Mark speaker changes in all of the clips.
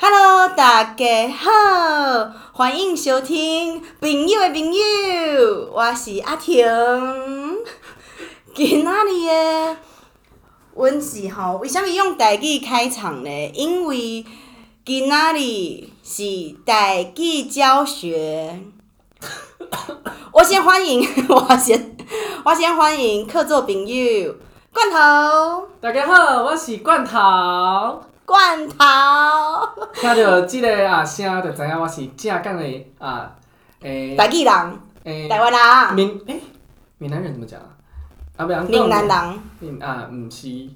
Speaker 1: Hello，大家好，欢迎收听《朋友的朋友》，我是阿婷。今仔日的阮是吼，为什物用台语开场呢？因为今仔日是台语教学。我先欢迎，我先，我先欢迎客座朋友罐头，
Speaker 2: 大家好，我是罐头。
Speaker 1: 罐头，
Speaker 2: 听到即个啊声，就知影我是正港的啊，诶、
Speaker 1: 台语人，
Speaker 2: 诶、
Speaker 1: 台湾人，
Speaker 2: 闽诶，闽、南人怎么讲啊？啊，不，
Speaker 1: 闽南。人。
Speaker 2: 闽啊，毋是。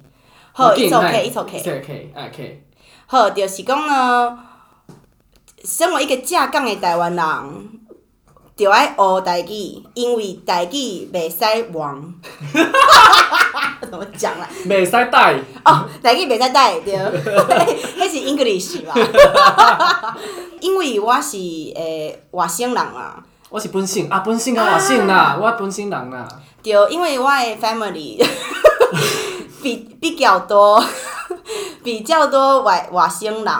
Speaker 1: 好
Speaker 2: 福建
Speaker 1: ，it's
Speaker 2: 人
Speaker 1: okay，it's okay
Speaker 2: It's okay，啊 OK。
Speaker 1: 好，就是讲呢，身为一个正港的台湾人，就爱学台语，因为台语袂使忘。 怎么讲啦？
Speaker 2: 袂使带，
Speaker 1: 哦，台语袂使带对， 迄是 English 吧？因为我是诶外省人啊，
Speaker 2: 我是本省啊，本省啊，外省啦，我本省人啦。
Speaker 1: 对，因为我的 family 比比较多， 比较多外外省人，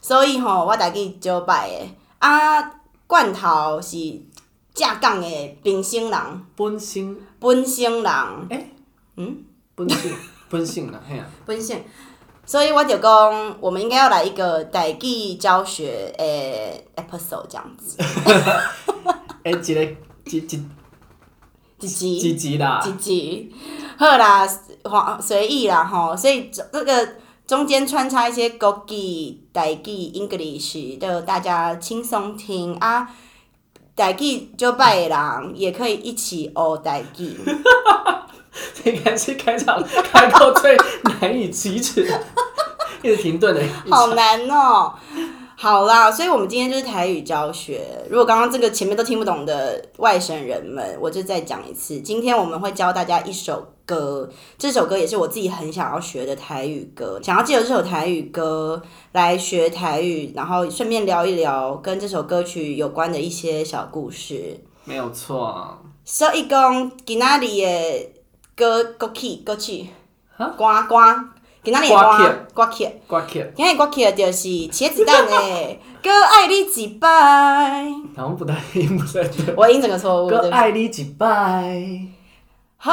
Speaker 1: 所以吼，我家己招牌的。啊，罐头是正港的平省人，
Speaker 2: 本省，
Speaker 1: 本省人，
Speaker 2: 诶、
Speaker 1: 嗯，
Speaker 2: 本省，本省啦，嘿啊。
Speaker 1: 本省。所以我就讲，我们应该要来一个代际教学诶 episode 这样 子，
Speaker 2: 诶、一个一一
Speaker 1: 一集
Speaker 2: 一集啦，
Speaker 1: 几集，好啦，随随意啦吼，所以这个中间穿插一些国际、台语、English，就大家轻松听啊。台语就拜的人也可以一起学台语，
Speaker 2: 这应该是开场开到最难以启齿， 一直停顿的一
Speaker 1: 好
Speaker 2: 场。
Speaker 1: 难哦、好啦，所以我们今天就是台语教学。如果刚刚这个前面都听不懂的外省人们，我就再讲一次。今天我们会教大家一首歌，这首歌也是我自己很想要学的台语歌，想要借由这首台语歌来学台语，然后顺便聊一聊跟这首歌曲有关的一些小故事。
Speaker 2: 没有错，
Speaker 1: 所以讲今仔日的歌歌曲歌曲
Speaker 2: 哈
Speaker 1: 歌歌，今仔日的
Speaker 2: 歌
Speaker 1: 歌
Speaker 2: 曲
Speaker 1: 歌曲。
Speaker 2: 挂起，
Speaker 1: 今日我去的就是茄子蛋诶，哥爱你一摆，
Speaker 2: 然后不对，不对，
Speaker 1: 我音整个错误，对不
Speaker 2: 哥
Speaker 1: 对？
Speaker 2: 爱你一拜，
Speaker 1: 好，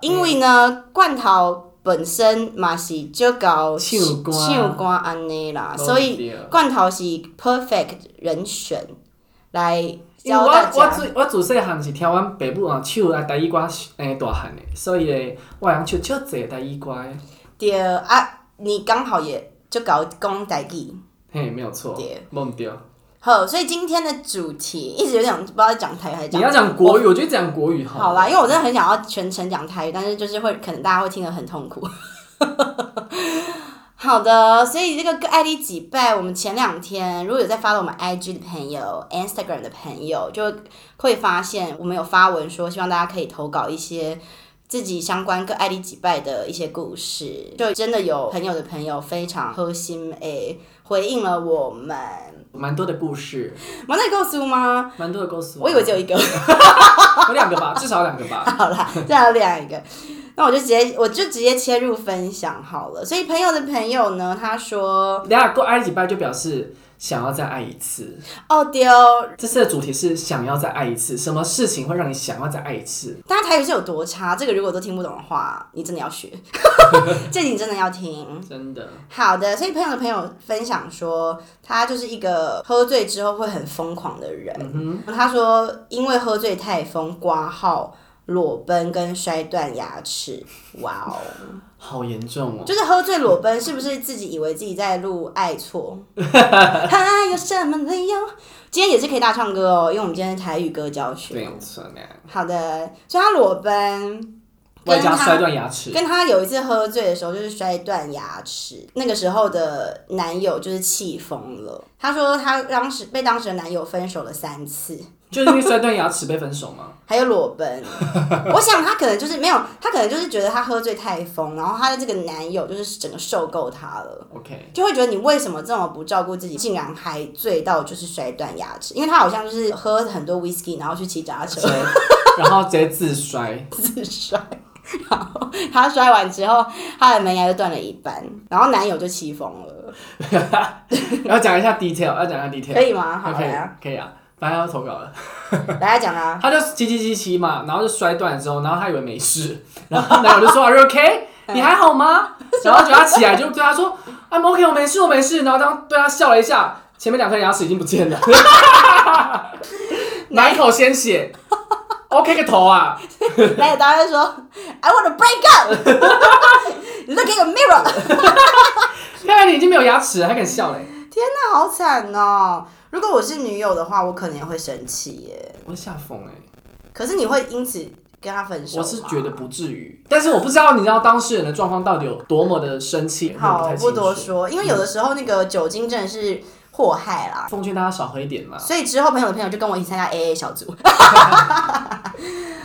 Speaker 1: 因为呢，罐头本身嘛是足够
Speaker 2: 唱歌啊
Speaker 1: 唱歌安尼啦，
Speaker 2: 都
Speaker 1: 所以
Speaker 2: 对
Speaker 1: 罐头是 perfect 人选来
Speaker 2: 因为
Speaker 1: 教
Speaker 2: 我
Speaker 1: 大
Speaker 2: 我
Speaker 1: 家。
Speaker 2: 自我自细汉是听阮爸母啊唱啊台语歌诶大汉的，所以咧我会晓唱足侪台语歌的，
Speaker 1: 对啊，你刚好也足够讲台语。
Speaker 2: 嘿，没有错
Speaker 1: 对，
Speaker 2: 忘不掉。
Speaker 1: 好，所以今天的主题一直有点不知道在讲台还是
Speaker 2: 你
Speaker 1: 哎讲
Speaker 2: 要讲国语，我就讲国语好
Speaker 1: 好
Speaker 2: 了。
Speaker 1: 啦，因为我真的很想要全程讲台语，但是就是会可能大家会听得很痛苦。 好的，所以这个爱丽几拜，我们前两天如果有在发了我们 IG 的朋友、Instagram 的朋友，就会发现我们有发文说，希望大家可以投稿一些自己相关跟爱丽几拜的一些故事。就真的有朋友的朋友非常核心诶，回应了我们。
Speaker 2: 蛮多的故事，
Speaker 1: 马奈告诉吗？
Speaker 2: 蛮多的故事。
Speaker 1: 我以为只有一个。
Speaker 2: 有两个吧，至少两个吧。
Speaker 1: 好啦，再来两个。那我就直接我就直接切入分享好了。所以朋友的朋友呢，他说
Speaker 2: 等一下过爱几拜就表示想要再爱一次。
Speaker 1: 哦丢，哦
Speaker 2: 这次的主题是想要再爱一次，什么事情会让你想要再爱一次？
Speaker 1: 大家台语是有多差？这个如果都听不懂的话，你真的要学，这你真的要听。
Speaker 2: 真的，
Speaker 1: 好的，所以朋友的朋友分享说，他就是一个喝醉之后会很疯狂的人。他说，因为喝醉太疯，挂号、裸奔跟摔断牙齿。哇哦！
Speaker 2: 好严重哦！
Speaker 1: 就是喝醉裸奔，是不是自己以为自己在录爱错？还有什么理由？今天也是可以大唱歌哦，因为我们今天是台语歌教学。
Speaker 2: 没有错呢。
Speaker 1: 好的，所以他裸奔，
Speaker 2: 啊外加
Speaker 1: 跟他
Speaker 2: 摔断牙齿，
Speaker 1: 跟他有一次喝醉的时候，就是摔断牙齿。那个时候的男友就是气疯了，他说他当时被当时的男友分手了三次，
Speaker 2: 就是因为摔断牙齿被 分手嘛。
Speaker 1: 还有裸奔。我想他可能就是没有，他可能就是觉得他喝醉太疯，然后他的这个男友就是整个受够他了。
Speaker 2: OK，
Speaker 1: 就会觉得你为什么这么不照顾自己，竟然还醉到就是摔断牙齿？因为他好像就是喝很多 whisky，然后去骑脚踏车
Speaker 2: 所以然后直接 自摔，
Speaker 1: 自摔，然后他摔完之后，他的门牙就断了一半，然后男友就气疯了，
Speaker 2: 然后讲一下 detail，要讲一下 detail，
Speaker 1: 可以吗？好，
Speaker 2: 可以
Speaker 1: 来啊，
Speaker 2: 可以啊，反正要投稿了。
Speaker 1: 来啊讲啊，
Speaker 2: 他就骑骑骑骑嘛，然后就摔断之后，然后他以为没事， 然后男友就说 Are you OK？你还好吗？然后就他起来就对他说 I'm OK，我没事，我没事。然后当对他笑了一下，前面两颗牙齿已经不见了， 满口鲜血。OK 个头啊！
Speaker 1: 男友当时说 I want to break up，look in the mirror，
Speaker 2: 看来你已经没有牙齿了，还敢笑嘞？
Speaker 1: 那好惨哦。如果我是女友的话，我可能也会生气耶。
Speaker 2: 我吓疯哎！
Speaker 1: 可是你会因此跟他分手
Speaker 2: 我
Speaker 1: 吗？
Speaker 2: 是觉得不至于，但是我不知道你知道当事人的状况到底有多么的生气，我
Speaker 1: 好
Speaker 2: 太清
Speaker 1: 不
Speaker 2: 楚嗯
Speaker 1: 多说，因为有的时候那个酒精真的是祸害啦。
Speaker 2: 奉劝大家少喝一点啦。
Speaker 1: 所以之后朋友的朋友就跟我一起参加 AA 小组。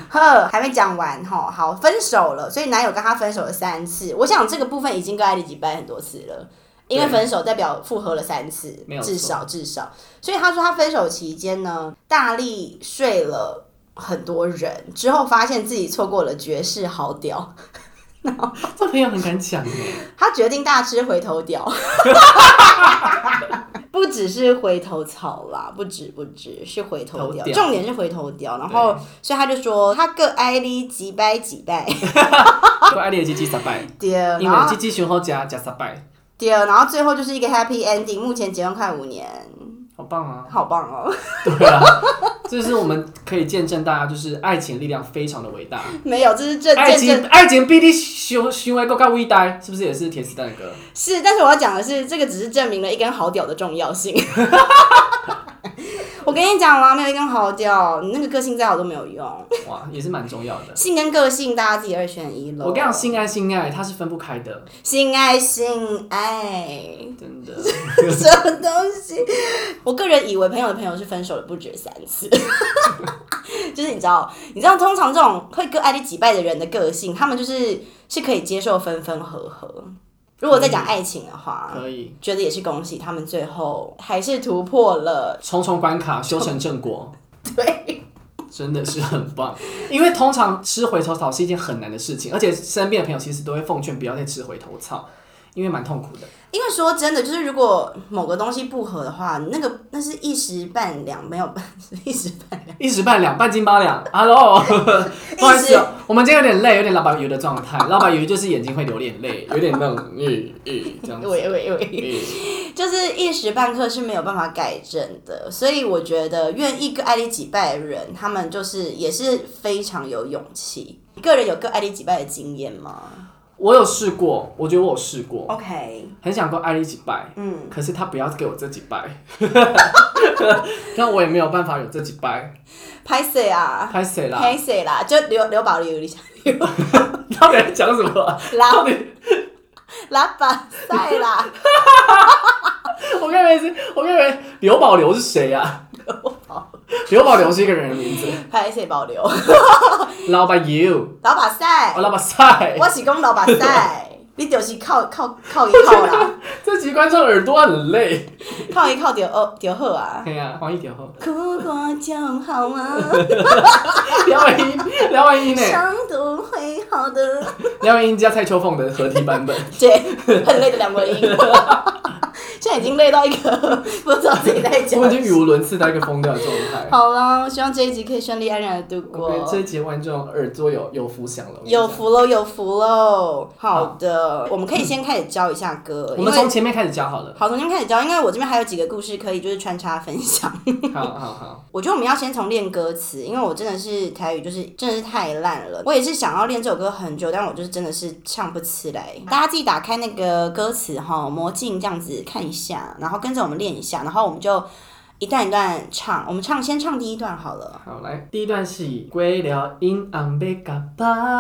Speaker 1: 呵，还没讲完哈，好，分手了，所以男友跟她分手了三次。我想这个部分已经跟艾丽吉掰很多次了，因为
Speaker 2: 对
Speaker 1: 分手代表复合了三次
Speaker 2: 没有，错
Speaker 1: 至少至少。所以他说他分手期间呢，大力睡了很多人，之后发现自己错过了绝世好屌，
Speaker 2: 这朋友很敢讲哎，
Speaker 1: 他决定大吃回头屌。 不只是回头草啦，不止不止是回头
Speaker 2: 头
Speaker 1: 屌，
Speaker 2: 屌
Speaker 1: 重点是回头屌。然后，所以他就说他各挨哩几掰几掰
Speaker 2: 我爱你的鸡鸡失败，
Speaker 1: 对，
Speaker 2: 因
Speaker 1: 然
Speaker 2: 为
Speaker 1: 后
Speaker 2: 鸡鸡熊好加加失败，
Speaker 1: 对，然后最后就是一个 happy ending。目前结婚快五年，
Speaker 2: 好棒啊！
Speaker 1: 好棒哦！
Speaker 2: 对啊， 这是我们可以见证大家就是爱情力量非常的伟大，
Speaker 1: 没有，这是正
Speaker 2: 爱
Speaker 1: 见证
Speaker 2: 情爱情必定行行为够高伟大，是不是也是铁丝蛋的歌？
Speaker 1: 是，但是我要讲的是，这个只是证明了一根好屌的重要性。 我跟你讲啦，没有一根好屌，你那个个性再好都没有用。
Speaker 2: 哇，也是蛮 重要的。
Speaker 1: 性跟个性，大家自己二选一喽。
Speaker 2: 我跟你讲，性爱性爱它是分不开 的，
Speaker 1: 性爱，性爱。
Speaker 2: 真的。
Speaker 1: 什么东西？ 我个人以为朋友的朋友是分手了不止三次， 就是你知道，你知道，通常这种会割爱的几拜的人的个性，他们就是是可以接受分分合合。如果再讲爱情的话，
Speaker 2: 可以
Speaker 1: 觉得也是恭喜他们最后还是突破了。
Speaker 2: 重重关卡，修成 正果。对，真的是很棒。因为通常吃回头草是一件很难的事情，而且身边的朋友其实都会奉劝不要再吃回头草，因为蛮痛苦的。
Speaker 1: 因为说真的，就是如果某个东西不合的话，那个那是一时半两没有办， 一时半两。
Speaker 2: 一时半两，半斤八两。Hello，不 好意
Speaker 1: 一
Speaker 2: 思
Speaker 1: 时
Speaker 2: 哦，我们今天有点累，有点老板鱼的状态。老板鱼就是眼睛会流点泪， 有点那种，嗯嗯，这样子。
Speaker 1: 喂喂喂。
Speaker 2: 嗯
Speaker 1: 就是一时半刻是没有办法改正的，所以我觉得愿意跟爱丽几拜的人，他们就是也是非常有勇气。你个人有跟爱丽几拜的经验吗
Speaker 2: 我有试过，我觉得我有试过，
Speaker 1: ？OK，
Speaker 2: 很想跟艾丽几拜，
Speaker 1: 嗯，
Speaker 2: 可是他不要给我这几拜， 那我也没有办法有这几拜，
Speaker 1: 拍谁啊？
Speaker 2: 拍谁啦？
Speaker 1: 拍谁啦？就刘刘宝刘一下，
Speaker 2: 到底在讲什么啊？
Speaker 1: 拉
Speaker 2: 到底
Speaker 1: 拉把赛啦，
Speaker 2: 我刚以为是，我刚以为刘保刘是谁呀、啊？刘保刘是一个人的名字，
Speaker 1: 拍谁保留？
Speaker 2: 老板 you，
Speaker 1: 老把赛
Speaker 2: 哦，，老板赛，
Speaker 1: 我是讲老把赛，你就是靠靠靠一靠啦，
Speaker 2: 这集观众耳朵很累。
Speaker 1: 靠一靠就哦就好啊。
Speaker 2: 对呀、啊，黄一条后，
Speaker 1: 苦瓜酱好吗？
Speaker 2: 梁婉英，梁 婉英呢？
Speaker 1: 伤都会好的。
Speaker 2: 梁婉英加蔡秋凤的合体版本，
Speaker 1: 对，很累的梁 文音，现在已经累到一个不知道自己在讲
Speaker 2: 我。已经语无伦次到一个疯掉的状态。
Speaker 1: 好了，希望这一集可以顺利安然的度
Speaker 2: 我们
Speaker 1: 过
Speaker 2: 这。一集观众耳朵有有福享了，我跟你
Speaker 1: 有
Speaker 2: 讲。
Speaker 1: 福喽，有福喽！好的，我们可以先开始教一下歌，
Speaker 2: 我
Speaker 1: 因
Speaker 2: 们
Speaker 1: 为
Speaker 2: 从前面开始讲好了。
Speaker 1: 好从今天开始教，因为我这边还有几个故事可以就是穿插分享。
Speaker 2: 好好好，
Speaker 1: 我觉得我们要先从练歌词，因为我真的是台语就是真的是太烂了。我也是想要练这首歌很久，但我就是真的是唱不起来。大家自己打开那个歌词哈，魔镜这样子看一下，然后跟着我们练一下，然后我们就。一段一段唱，我们唱先唱第一段好了。
Speaker 2: 好，来，第一段是过了阴暗要甲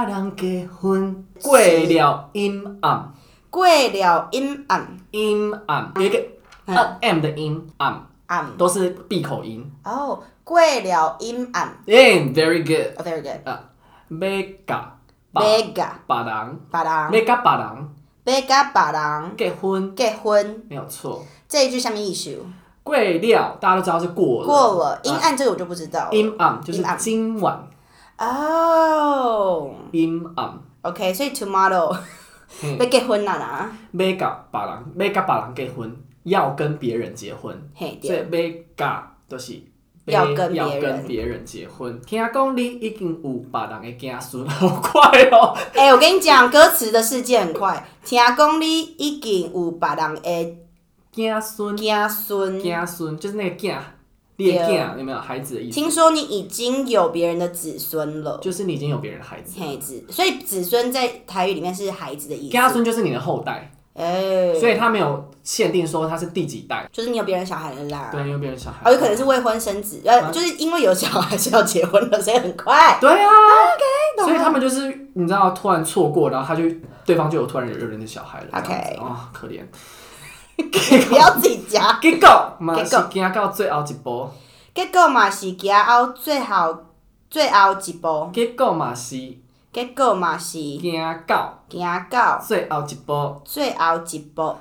Speaker 2: 别人结婚，过了阴暗，
Speaker 1: 过了阴暗嗯
Speaker 2: 阴暗有一个
Speaker 1: 哎
Speaker 2: 呃 M 的音暗，
Speaker 1: 暗
Speaker 2: 都是闭口音。
Speaker 1: 哦，过了阴暗
Speaker 2: In very good，
Speaker 1: ，oh very good。
Speaker 2: 啊，要甲别
Speaker 1: Bega
Speaker 2: 别人，
Speaker 1: 巴郎
Speaker 2: 要甲别人
Speaker 1: ，Bega 巴郎，
Speaker 2: 结婚，
Speaker 1: 结婚
Speaker 2: 没有错。
Speaker 1: 这一句下面意思？
Speaker 2: 过了大家都知道是过了，
Speaker 1: 过了阴
Speaker 2: 啊
Speaker 1: 暗这个我就不知道了。
Speaker 2: 阴暗就是
Speaker 1: 阴暗
Speaker 2: 今晚
Speaker 1: 哦
Speaker 2: 阴暗，嗯
Speaker 1: ，OK，所以 tomorrow
Speaker 2: 嘿
Speaker 1: 要结婚啦 啦，
Speaker 2: 要甲别人要甲别人结婚，要跟别人结婚。
Speaker 1: 嘿
Speaker 2: 所以
Speaker 1: 对，
Speaker 2: 要嫁就是
Speaker 1: 要跟别人
Speaker 2: 要跟别人结婚。听讲你已经有别人的子孙，好快哦！
Speaker 1: 哎、我跟你讲，歌词的世界很快，听讲你已经有别人的
Speaker 2: 子孙，
Speaker 1: 子孙，
Speaker 2: 子孙就是那个子，你的子有没有孩子的意思？
Speaker 1: 听说你已经有别人的子孙了，
Speaker 2: 就是你已经有别人的孩子，
Speaker 1: 嘿子，所以子孙在台语里面是孩子的意
Speaker 2: 子
Speaker 1: 思，
Speaker 2: 孙就是你的后代，
Speaker 1: 哎、
Speaker 2: 所以他没有限定说他是第几代，
Speaker 1: 就是你有别人小孩了啦。
Speaker 2: 对，因啊为别人小孩
Speaker 1: 哦，有可能是未婚生子，呃，就是因为有小孩是要结婚的，所以很 快。
Speaker 2: 对啊。
Speaker 1: 懂了
Speaker 2: 所以他们就是你知道，突然错过，然后他就对方就有突然有有人的小孩了这
Speaker 1: OK
Speaker 2: 样子哦，可怜。
Speaker 1: 不要自己夹。
Speaker 2: 结果嘛
Speaker 1: 结
Speaker 2: 是行到最后一步。
Speaker 1: 结果嘛是行到最后最后一步，
Speaker 2: 结果嘛是
Speaker 1: 结果嘛是
Speaker 2: 行到
Speaker 1: 行到
Speaker 2: 最后一步，
Speaker 1: 最后一步，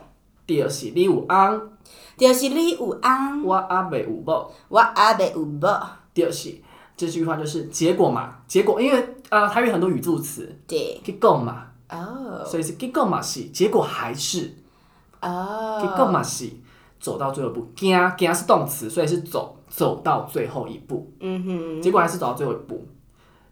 Speaker 2: 就是你有翁，
Speaker 1: 就是你有翁，
Speaker 2: 我还未有某，
Speaker 1: 我还未有某。
Speaker 2: 就是这句话就是结果嘛，结果因为呃台语很多语助词，
Speaker 1: 对，
Speaker 2: 结果嘛，
Speaker 1: 哦
Speaker 2: 所以是结果嘛是，结果还是结果
Speaker 1: 哦，
Speaker 2: 嘛是走到最后一步，行行是动词，所以是走走到最后一步，
Speaker 1: 嗯哼，
Speaker 2: 结果还是走到最后一步，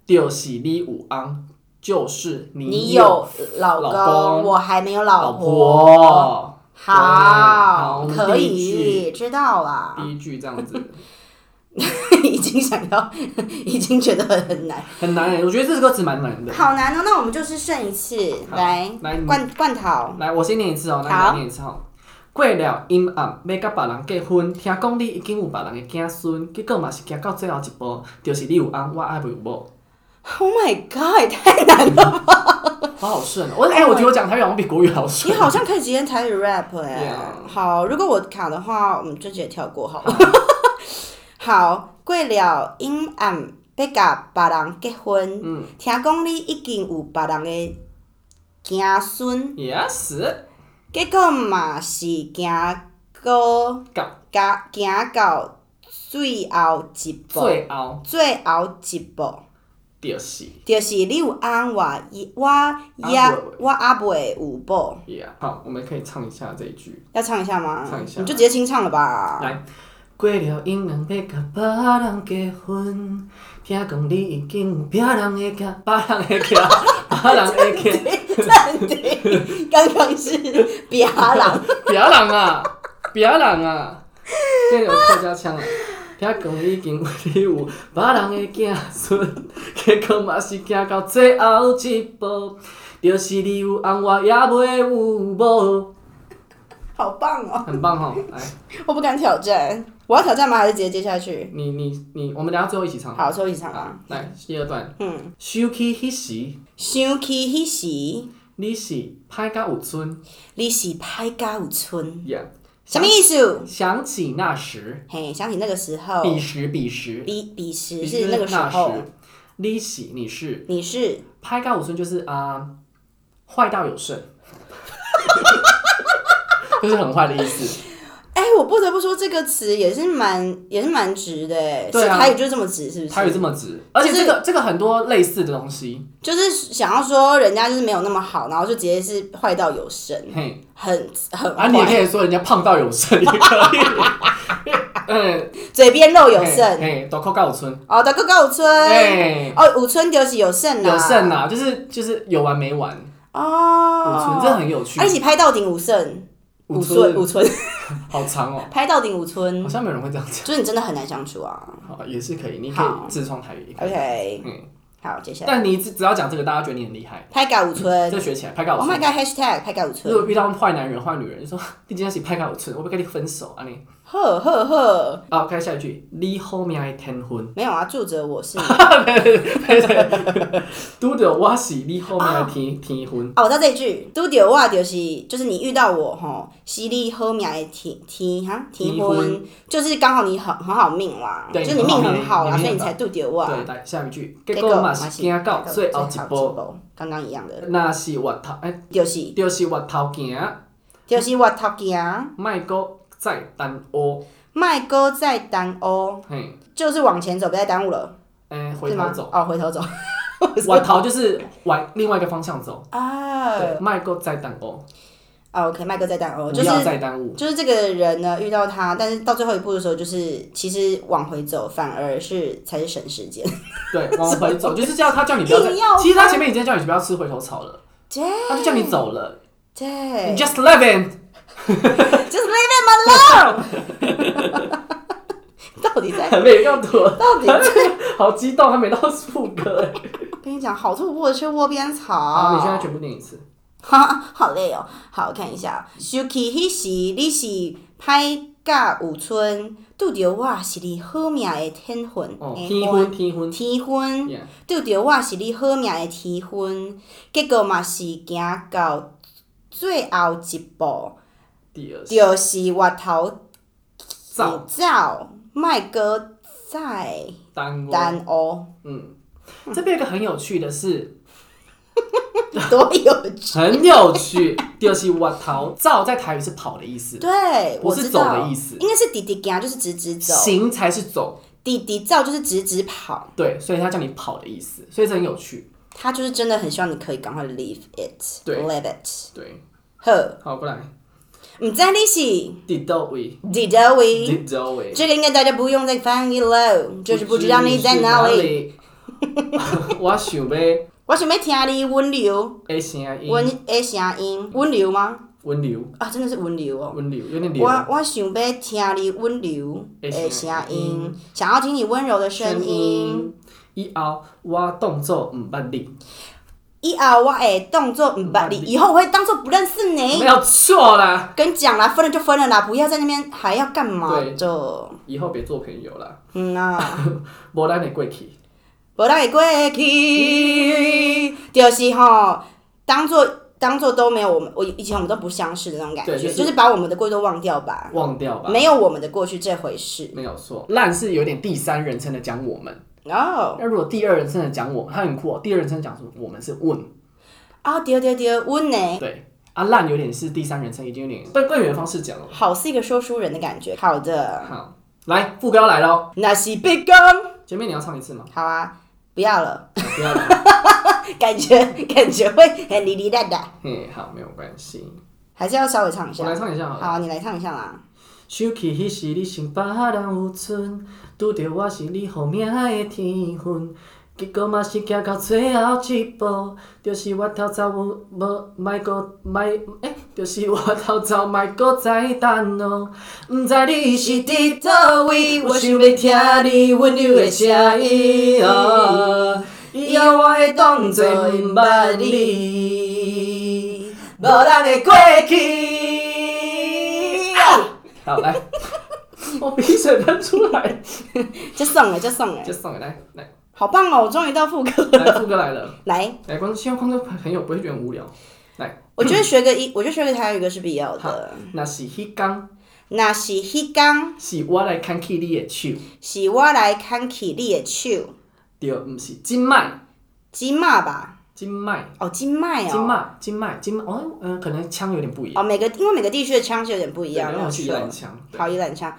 Speaker 2: 就是你有翁，就是
Speaker 1: 你
Speaker 2: 有
Speaker 1: 有老公，
Speaker 2: 老公
Speaker 1: 我还没有老
Speaker 2: 老
Speaker 1: 婆。
Speaker 2: 婆。好
Speaker 1: 好
Speaker 2: 我，们
Speaker 1: 可
Speaker 2: 第一
Speaker 1: 以，知道啦。
Speaker 2: 第一句这样子。
Speaker 1: 已经想要， 已经觉得很很难，
Speaker 2: 很难欸，我觉得这首歌词蛮难的。
Speaker 1: 好难哦。那我们就是顺一次
Speaker 2: 好
Speaker 1: 来
Speaker 2: 来你
Speaker 1: 罐罐头，
Speaker 2: 来，我先念一次哦、来，
Speaker 1: 好
Speaker 2: 我念一次哦、过了阴暗，要甲别人结婚，听讲你已经有别人的子孙，结果嘛是行到最后一步，就是你有翁，我还未有某。
Speaker 1: Oh my god，太难了！
Speaker 2: 好好顺、哦。我哎、我觉得我讲台语好像比国语好
Speaker 1: 你
Speaker 2: 顺。
Speaker 1: 好像可以直接台语 rap 哎、
Speaker 2: Yeah
Speaker 1: 好，如果我卡的话，我们就直接跳过好 了。好，过了阴暗，要甲别人结婚，
Speaker 2: 嗯
Speaker 1: 听讲你已经有别人的子孙，
Speaker 2: ，Yes，
Speaker 1: 结果嘛是行到
Speaker 2: 到
Speaker 1: 行行到最后一步，
Speaker 2: 最后
Speaker 1: 最后一步。
Speaker 2: 就是
Speaker 1: 就是你有翁，我也我也
Speaker 2: 还未
Speaker 1: 我阿未有某，
Speaker 2: Yeah。好，我们可以唱一下这一句。
Speaker 1: 要唱一下吗？
Speaker 2: 唱一下
Speaker 1: 你就直接清唱了 吧。
Speaker 2: 来，过了阴暗，要甲别人结婚，听讲你已经有别人的家，别人的家，别人的家。
Speaker 1: 暂停，刚刚是 别人。
Speaker 2: 别人啊，别人啊，这有客家腔啊。听讲已经有你有别人的子孙，结果嘛是行到最后一步，就是你有翁，我也未有某。
Speaker 1: 好棒哦！
Speaker 2: 很棒吼，来，
Speaker 1: 我不敢挑战，我要挑战吗？还是直接接下去？
Speaker 2: 你你你，我们等一下最后一起唱。
Speaker 1: 好，所以一起唱啊。
Speaker 2: 来，第二段。
Speaker 1: 嗯，
Speaker 2: 想起迄时，
Speaker 1: 想起迄时，
Speaker 2: 你是歹甲有存，
Speaker 1: 你是歹甲有春，
Speaker 2: yeah。
Speaker 1: 什么意思？
Speaker 2: 想起那时，
Speaker 1: 嘿，想起那个时候，
Speaker 2: 彼时彼时，
Speaker 1: 彼彼时
Speaker 2: 彼
Speaker 1: 是那个时候，，
Speaker 2: 你是你是
Speaker 1: 你是
Speaker 2: 拍高五顺就是啊，坏、到有剩， 就是很坏的意思。
Speaker 1: 哎、我不得不说这个词也是蛮也是蛮直的哎，
Speaker 2: 对啊
Speaker 1: 是台语就这么直，是不
Speaker 2: 它有
Speaker 1: 是？
Speaker 2: 这么直，而且这个、这个很多类似的东西，
Speaker 1: 就是想要说人家就是没有那么好，然后就直接是坏到有剩，
Speaker 2: 嘿，
Speaker 1: 很很
Speaker 2: 啊，你也
Speaker 1: 呃坏，
Speaker 2: 可以说人家胖到有剩，也可以。 嗯，
Speaker 1: 嘴边肉有剩，
Speaker 2: 嘿，都扣高五村，
Speaker 1: 哦，大哥哥有村，
Speaker 2: 哎，
Speaker 1: 哦，五村就是有剩啦，
Speaker 2: 有剩呐、就是就是有完没完，五村这
Speaker 1: 哦，
Speaker 2: 很有趣
Speaker 1: 啊，一，起拍到顶五剩，
Speaker 2: 五
Speaker 1: 村
Speaker 2: 村
Speaker 1: 五村
Speaker 2: 好长哦，
Speaker 1: 拍到顶五村
Speaker 2: 好，像没有人会这样讲，
Speaker 1: 就是你真的很难相处 啊。
Speaker 2: 好，也是可以，你可
Speaker 1: 好
Speaker 2: 以自创台语，也可以
Speaker 1: OK，
Speaker 2: 嗯，
Speaker 1: 好，接下来
Speaker 2: 但你只只要讲这个，大家觉得你很厉害，
Speaker 1: 拍嘎五村
Speaker 2: 这学起来拍高五
Speaker 1: ，Oh
Speaker 2: 村
Speaker 1: my。god，hashtag 拍嘎五
Speaker 2: 如
Speaker 1: 村，
Speaker 2: 果遇到坏男人、坏女人，就说你今天是拍到我村，我不跟你分手啊你。
Speaker 1: 呵呵呵，
Speaker 2: 好，看下一句，你后面的天昏，
Speaker 1: 没有啊，住着我是你。
Speaker 2: 拄着我是你后面的天天昏。
Speaker 1: 哦，我知道这一句，拄着我就是就是你遇到我吼，是你好命的天天哈天
Speaker 2: 天
Speaker 1: 婚，就是刚好你很很好命啦，就
Speaker 2: 对
Speaker 1: 是你命很好啦，
Speaker 2: 你
Speaker 1: 所以
Speaker 2: 很好命
Speaker 1: 你才拄着我。啊
Speaker 2: 对，来下一句，结果嘛是惊到最后一步，
Speaker 1: 步，刚刚一样的，
Speaker 2: 那是我头哎，
Speaker 1: 就是啊
Speaker 2: 就是我头行，
Speaker 1: 就是我头行，
Speaker 2: 莫搁再耽误，
Speaker 1: 卖哥再耽误，
Speaker 2: 嘿，
Speaker 1: 就是往前走，不要再耽误了，
Speaker 2: 哎，回
Speaker 1: 是
Speaker 2: 头
Speaker 1: 吗
Speaker 2: 走，？
Speaker 1: 哦，回头走。
Speaker 2: 我头就是往另外一个方向走，
Speaker 1: 啊
Speaker 2: 对，莫搁再耽误，
Speaker 1: 啊，OK，麦哥再耽误，就
Speaker 2: 不
Speaker 1: 是
Speaker 2: 要再 耽误，
Speaker 1: 就是这个人呢，遇到他，但是到最后一步的时候，就是其实往回走反而是才是省时间。
Speaker 2: 对，往回走，就是叫他叫你不要再
Speaker 1: 硬要，哎
Speaker 2: 其实他前面已经叫你不要吃回头草了，
Speaker 1: 对
Speaker 2: 他就叫你走了，
Speaker 1: 对
Speaker 2: 你 just l e v i n
Speaker 1: ，just leave him alone 。 到底在？
Speaker 2: 没有用途，
Speaker 1: 到底在？
Speaker 2: 好激动，还没到副歌哎，
Speaker 1: 跟你讲，好兔不吃窝边草。
Speaker 2: 啊好，你现在全部念一次，
Speaker 1: 哈，好累哦。好，我看一下，想起迄时你是歹甲有春，拄着我是你好命的天分。
Speaker 2: 哦，
Speaker 1: 的
Speaker 2: 天昏天昏，
Speaker 1: 天分，
Speaker 2: Yeah
Speaker 1: 拄着我是你好命的天分，结果嘛是行到最后一步，
Speaker 2: 第二，
Speaker 1: 就是越头
Speaker 2: 走，
Speaker 1: 走，莫搁再
Speaker 2: 耽误，
Speaker 1: 耽误，
Speaker 2: 哦嗯，这边有一个很有趣的是，
Speaker 1: 多有趣！
Speaker 2: 很有趣， 就是我逃照在台语是跑的意思，
Speaker 1: 对，
Speaker 2: 不
Speaker 1: 我
Speaker 2: 是
Speaker 1: 知
Speaker 2: 走的
Speaker 1: 道，
Speaker 2: 意思
Speaker 1: 应该是直直行，就是直直 走；
Speaker 2: 行才是走，
Speaker 1: 直直走就是直直跑。
Speaker 2: 对，所以他叫你跑的意思，所以这很有趣，
Speaker 1: 他就是真的很希望你可以赶快 leave it，
Speaker 2: 对
Speaker 1: leave it。
Speaker 2: 对，
Speaker 1: 好，
Speaker 2: 好过来，
Speaker 1: 唔知你是
Speaker 2: 第到位，
Speaker 1: 伫倒位，
Speaker 2: 第到位，
Speaker 1: 这个应该大家不用再翻译了，就是不知道你在哪里。
Speaker 2: 里，我想要
Speaker 1: 我想要听你温柔，
Speaker 2: 的声音，
Speaker 1: 温的声音，温柔吗？
Speaker 2: 温柔，
Speaker 1: 啊，真的是温柔哦。
Speaker 2: 温柔，有点
Speaker 1: 我
Speaker 2: 流，
Speaker 1: 我想要听你温柔的声
Speaker 2: 的声
Speaker 1: 音
Speaker 2: 音，
Speaker 1: 想要听你温柔的声音。，
Speaker 2: 以后我动作唔捌你，
Speaker 1: 以后我会当做唔捌你，
Speaker 2: 嗯
Speaker 1: 以后我会当做不认识
Speaker 2: 没
Speaker 1: 你。
Speaker 2: 有错啦，
Speaker 1: 跟你讲啦，分了就分了啦，不要在那边还要干嘛
Speaker 2: 对
Speaker 1: 就
Speaker 2: 以后别做朋友啦，
Speaker 1: 嗯啊。
Speaker 2: 无咱会过去。
Speaker 1: 无咱会过去，就是吼，当做当做都没有我们，我以前我们都不相识的那种感觉，
Speaker 2: 对就是
Speaker 1: 就是把我们的过去都忘掉吧，
Speaker 2: 忘掉吧，
Speaker 1: 没有我们的过去这回事。
Speaker 2: 没有错。烂是有点第三人称的讲我们，
Speaker 1: 哦，
Speaker 2: 那如果第二人称的讲我，它很酷哦。第二人称讲说我们是问，
Speaker 1: 啊对对对，温呢，
Speaker 2: 对啊，烂有点是第三人称，已经有点更更远的方式讲了。
Speaker 1: 好是一个说书人的感觉。好的，
Speaker 2: 好，来副标来喽，
Speaker 1: 那是被攻。
Speaker 2: 前面你要唱一次吗？
Speaker 1: 好啊，不要了，
Speaker 2: 啊不要了，
Speaker 1: 感觉感觉会很哩哩哒哒，
Speaker 2: 嘿，好，没有关系，
Speaker 1: 还是要稍微唱一
Speaker 2: 我来
Speaker 1: 下。
Speaker 2: 唱一下好了。
Speaker 1: 好，你来唱一下啦。
Speaker 2: 想起迄时你像别人有春，拄着我是你好命的天分，结果嘛是行到最后一步，就是我偷走无无，莫搁莫诶，就是我偷走莫搁再等咯。毋知你是伫倒位，我想要听你温柔的声音哦，以后我会当作毋捌你，无咱会过去。
Speaker 1: 啊
Speaker 2: 好，来， 我鼻水喷出来，
Speaker 1: 就送了，就送了
Speaker 2: 就，送给来来
Speaker 1: 好棒哦！我终于到副歌
Speaker 2: 来
Speaker 1: 了。
Speaker 2: 副歌来了，
Speaker 1: 来，
Speaker 2: 来观众希望观众朋友不会觉得很无聊。来，
Speaker 1: 我觉得学个一，我觉得学个台语歌是必要
Speaker 2: 好
Speaker 1: 的。，
Speaker 2: 那是迄天，
Speaker 1: 若是迄天，
Speaker 2: 是我来牵起你的手，
Speaker 1: 是我来牵起你的手，
Speaker 2: 对，毋是今麦，
Speaker 1: 即马吧？
Speaker 2: 今麦，
Speaker 1: 哦，即麦哦，
Speaker 2: 今麦，今麦，今麦，哦，嗯、可能腔有点不一样，
Speaker 1: 哦，每个因为每个地区的腔是有点不
Speaker 2: 不
Speaker 1: 一样，没
Speaker 2: 然
Speaker 1: 有
Speaker 2: 后是宜
Speaker 1: 错
Speaker 2: 兰。腔。对
Speaker 1: 好，伊兰腔，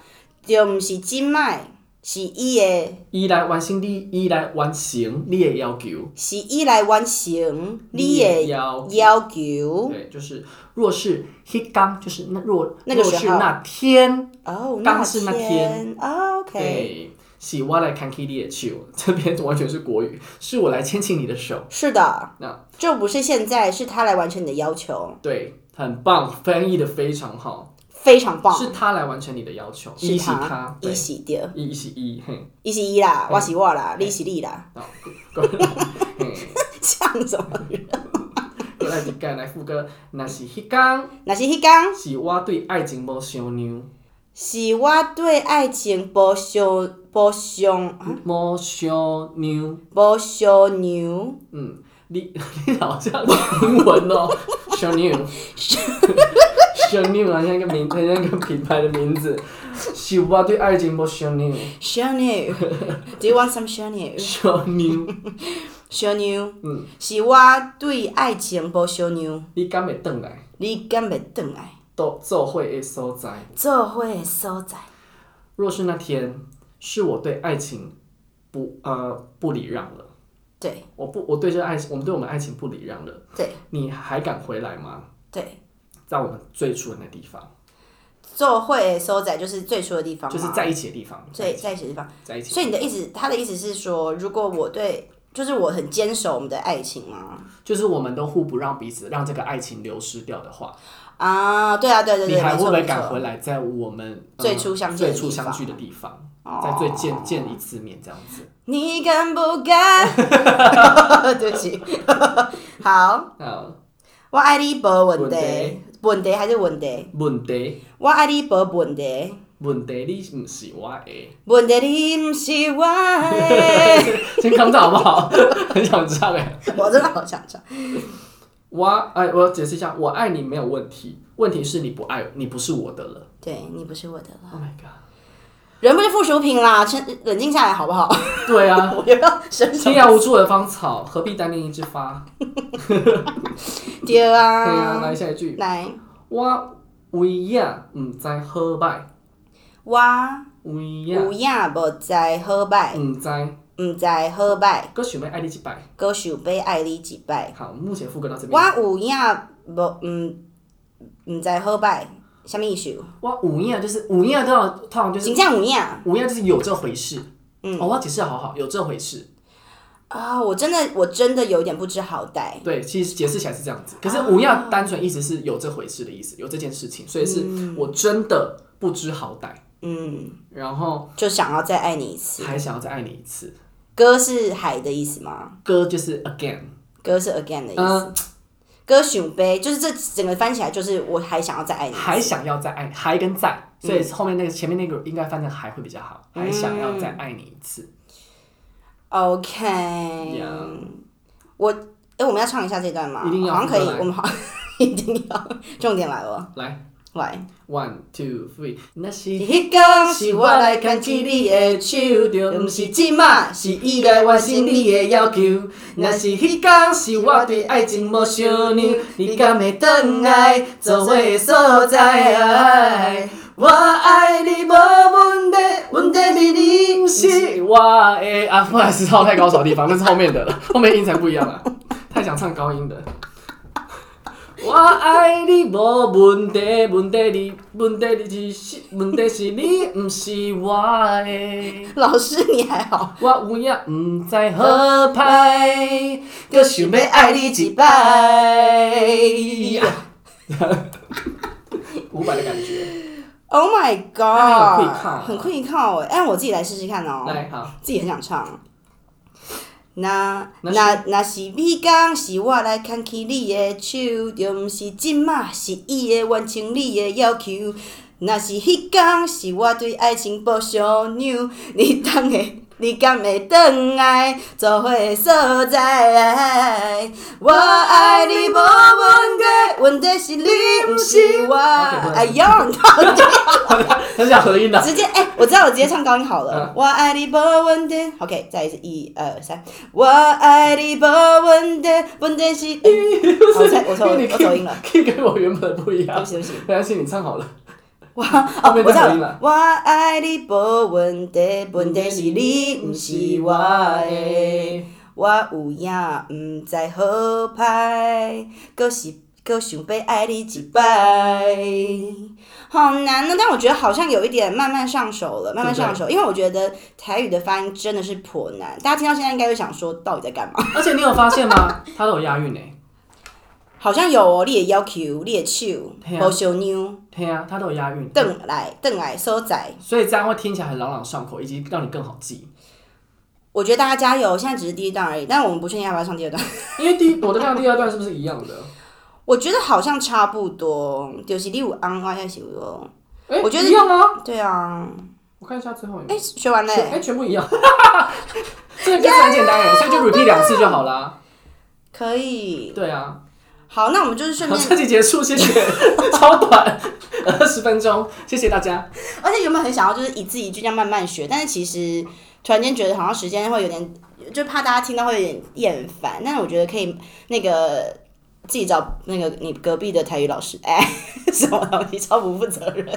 Speaker 1: 对，毋是即麦，是伊的，
Speaker 2: 伊来完成你，伊来完成你的要求。
Speaker 1: 是伊来完成你
Speaker 2: 的
Speaker 1: 的
Speaker 2: 要
Speaker 1: 要求。
Speaker 2: 对，就是若是迄天，就是那若
Speaker 1: 那个
Speaker 2: 若
Speaker 1: 时
Speaker 2: 是
Speaker 1: 候
Speaker 2: 那天，
Speaker 1: 哦，
Speaker 2: 刚是那
Speaker 1: 天
Speaker 2: 天
Speaker 1: 哦，OK，
Speaker 2: 对，是我来看 k i t 的球，这边完全是国语，是我来牵起你的手。
Speaker 1: 是的，
Speaker 2: 那
Speaker 1: 就不是现在，是他来完成你的要求，
Speaker 2: 对，很棒，翻译的非常好，
Speaker 1: 非常棒。
Speaker 2: 是他来完成你的要求，
Speaker 1: 是
Speaker 2: 一是他，
Speaker 1: 伊
Speaker 2: 对，
Speaker 1: 是对，
Speaker 2: 一是一，嘿，
Speaker 1: 伊是伊啦，我是我啦，你是你啦，
Speaker 2: 好，过过嘿，
Speaker 1: 像什么？
Speaker 2: 过来一个来副歌，若是迄天，
Speaker 1: 若是迄天。
Speaker 2: 是我对爱情无想让，
Speaker 1: 是我对爱情无相无相啊
Speaker 2: 莫小牛，
Speaker 1: 无相牛，
Speaker 2: 嗯，你你好像英文哦，小牛， 小牛啊好像一个名，好像一个品牌的名字，是我对爱情莫小牛，
Speaker 1: 相 牛。Do you want some 相牛？
Speaker 2: 小牛，
Speaker 1: 相牛
Speaker 2: 嗯，
Speaker 1: 是我对爱情无相牛，
Speaker 2: 你敢会转来？
Speaker 1: 你敢袂转来？
Speaker 2: 都做会的所在。
Speaker 1: 做伙的所在，
Speaker 2: 若是那天是我对爱情不呃不礼让了，
Speaker 1: 对
Speaker 2: 我不我对这个爱情，我们对我们爱情不礼让了，
Speaker 1: 对
Speaker 2: 你还敢回来吗？
Speaker 1: 对，
Speaker 2: 在我们最初的那地方，
Speaker 1: 做伙的所在就是最初的地方嘛，
Speaker 2: 就是在一起的地方，
Speaker 1: 最在一起的地方。
Speaker 2: 在一起。
Speaker 1: 所以你的意思，他的意思是说，如果我对，就是我很坚守我们的爱情吗？
Speaker 2: 就是我们都互不让彼此，让这个爱情流失掉的话，
Speaker 1: 啊，对啊，对对
Speaker 2: 你
Speaker 1: 对，
Speaker 2: 还
Speaker 1: 没
Speaker 2: 会不
Speaker 1: 错
Speaker 2: 会
Speaker 1: 没
Speaker 2: 敢回
Speaker 1: 错。
Speaker 2: 来？在我们、呃
Speaker 1: 最初相见的
Speaker 2: 最初
Speaker 1: 地方哦
Speaker 2: 相聚的地方，在最见见一次面这样子。
Speaker 1: 你敢不敢？ 对不起，好，
Speaker 2: 呃，
Speaker 1: 我爱你无问
Speaker 2: 问
Speaker 1: 题，问题还是问题，
Speaker 2: 问题
Speaker 1: 我爱你无问题，
Speaker 2: 问题，你唔是我的，
Speaker 1: 问题你毋是我的。
Speaker 2: 先康着好不好？ 很想唱哎、
Speaker 1: 我真的好想唱，
Speaker 2: 我哎，我要解释一下，我爱你没有问题，问题是你不爱，你不是我的了。
Speaker 1: 对你不是我的了，
Speaker 2: Oh my god！
Speaker 1: 人不是附属品啦，先冷静下来好不好？
Speaker 2: 对啊，
Speaker 1: 我又要生
Speaker 2: 天
Speaker 1: 气。
Speaker 2: 涯无处的芳草，何必单恋一枝花？
Speaker 1: 对
Speaker 2: 对啊，
Speaker 1: 啊，
Speaker 2: 来下一句，
Speaker 1: 来，
Speaker 2: 我有影唔知好歹，
Speaker 1: 我
Speaker 2: 有影
Speaker 1: 有影无知好歹，
Speaker 2: 唔知，
Speaker 1: 毋知好歹，
Speaker 2: 搁想要爱你一摆。
Speaker 1: 搁想要爱你一摆。
Speaker 2: 好，目前副歌到这
Speaker 1: 我
Speaker 2: 边。
Speaker 1: 有影无毋毋知好歹，啥物意思？
Speaker 2: 我有影就是有影，通常通常哦就是
Speaker 1: 真正有影
Speaker 2: 有影就是有这回事。
Speaker 1: 嗯
Speaker 2: 哦，我要解释得好好，有这回事。
Speaker 1: 啊！我真的我真的有点不知好歹。
Speaker 2: 对，其实解释起来是这样子。可是
Speaker 1: 哦
Speaker 2: 无恙单纯意思是有这回事的意思，有这件事情，所以是我真的不知好歹，
Speaker 1: 嗯，
Speaker 2: 然后
Speaker 1: 就想要再爱你一次。
Speaker 2: 还想要再爱你一次。
Speaker 1: 歌是海的意思吗？
Speaker 2: 歌就是 again，
Speaker 1: 歌是啊 again 的意思。
Speaker 2: 嗯、
Speaker 1: 歌想杯，就是这整个翻起来就是我还想要再爱你一次，嗯
Speaker 2: 还想要再爱，还跟再，所以后面那个前面那个应该翻成还会比较好，还想要
Speaker 1: 嗯
Speaker 2: 再爱你一次。
Speaker 1: OK，、
Speaker 2: Yeah
Speaker 1: 我哎、诶我们要唱一下这段吗？
Speaker 2: 一定要
Speaker 1: 好像可以
Speaker 2: 我们，来
Speaker 1: 我们好， 一定要，重点来了，
Speaker 2: 来
Speaker 1: 来。
Speaker 2: ，one two three，那是
Speaker 1: 迄天是我来牵起你的手，就毋是即马，是伊来完成你的要求。
Speaker 2: 求。若是迄天是我对爱情无相让，你敢会转来做我的所在？我爱你无问题，问题是你不是我的。啊，不好意思，唱太高潮的地方，那是后面的了， 后面音才不一样了。太想唱高音的。我爱你无问题，问题你问题你是问题是你，不是我的。
Speaker 1: 老师，你还好？
Speaker 2: 我嗯有影毋知好歹，就想要爱你一摆。五百的感觉，
Speaker 1: Oh my
Speaker 2: 哎很
Speaker 1: god，
Speaker 2: 会靠
Speaker 1: 很会靠哎！哎，我自己来试试看哦，
Speaker 2: 来好，
Speaker 1: 自己很想唱。那
Speaker 2: 那
Speaker 1: 那那是你讲，是我来牵起你的手，就毋是即马，是伊会完成你的要求。若是迄天，是我对爱情无相让， 你当会，你敢会转来做伙的所在？我爱你无问题，问题是 你毋是我。
Speaker 2: OK，
Speaker 1: 哎呦，你到底
Speaker 2: 很想合音 的。
Speaker 1: 直接哎、我知道，我直接唱高音好了
Speaker 2: 嗯。
Speaker 1: 我爱你不问题。OK，再一次，一二三。我爱你不问题，问题是你。好我猜我错，
Speaker 2: 因
Speaker 1: 我
Speaker 2: 为你 key-
Speaker 1: 走音了。
Speaker 2: ，key 跟我原本的不一
Speaker 1: 对
Speaker 2: 样
Speaker 1: 不。起，对不起。
Speaker 2: 没关系，你唱好了。
Speaker 1: 我
Speaker 2: 后
Speaker 1: 哦，
Speaker 2: 面
Speaker 1: 我知
Speaker 2: 再
Speaker 1: 道
Speaker 2: 走音
Speaker 1: 了
Speaker 2: 了。
Speaker 1: 我爱你不问题，问题是你，不是我的。我有影，毋知好歹，搁是搁想要爱你一摆。好难呢，但我觉得好像有一点慢慢上手了，慢慢上手，因为我觉得台语的发音真的是颇难。大家听到现在应该会想说，到底在干嘛？
Speaker 2: 而且你有发现吗？它都有押韵欸诶。
Speaker 1: 好像有哦，你也要求，你也手
Speaker 2: 嘿，啊
Speaker 1: 无小妞，
Speaker 2: 对啊，它都有押韵。
Speaker 1: 转来转来所在。
Speaker 2: 所以这样会听起来很朗朗上口，以及让你更好记。
Speaker 1: 我觉得大家加油，现在只是第一段而已，但我们不确定要不要上第二段。
Speaker 2: 因为第一我的看第二段是不是一样的？
Speaker 1: 我觉得好像差不多，就是你有红，我也是有哦。
Speaker 2: 哎，
Speaker 1: 我觉得
Speaker 2: 一样啊。
Speaker 1: 对啊，
Speaker 2: 我看一下最后有没有
Speaker 1: 哎、学完嘞、
Speaker 2: 全哎，全部一样。 这个歌词很简单哎，所以就 repeat 两次就好啦。
Speaker 1: 可以。
Speaker 2: 对啊，
Speaker 1: 好，那我们就是顺
Speaker 2: 好，
Speaker 1: 便，
Speaker 2: 这集结束，谢谢，超短，二十分钟，谢谢大家。
Speaker 1: 而且原本很想要就是一字一句这样慢慢学，但是其实突然间觉得好像时间会有点，就怕大家听到会有点厌烦。但是我觉得可以那个自己找那个你隔壁的台语老师， 哎、什么东西超不负责任。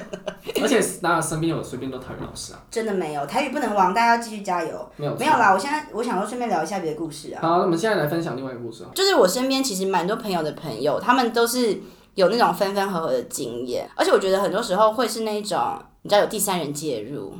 Speaker 2: 而且哪有身边有随便都讨厌老师啊？
Speaker 1: 真的没有，台语不能忘，大家要继续加油。
Speaker 2: 没有，
Speaker 1: 没有。啦，我现在我想说顺便聊一下别的故事啊，
Speaker 2: 好，那我们现在来分享另外一个故事啊。
Speaker 1: 就是我身边其实蛮多朋友的朋友，他们都是有那种分分合合的经验，而且我觉得很多时候会是那种你知道有第三人介入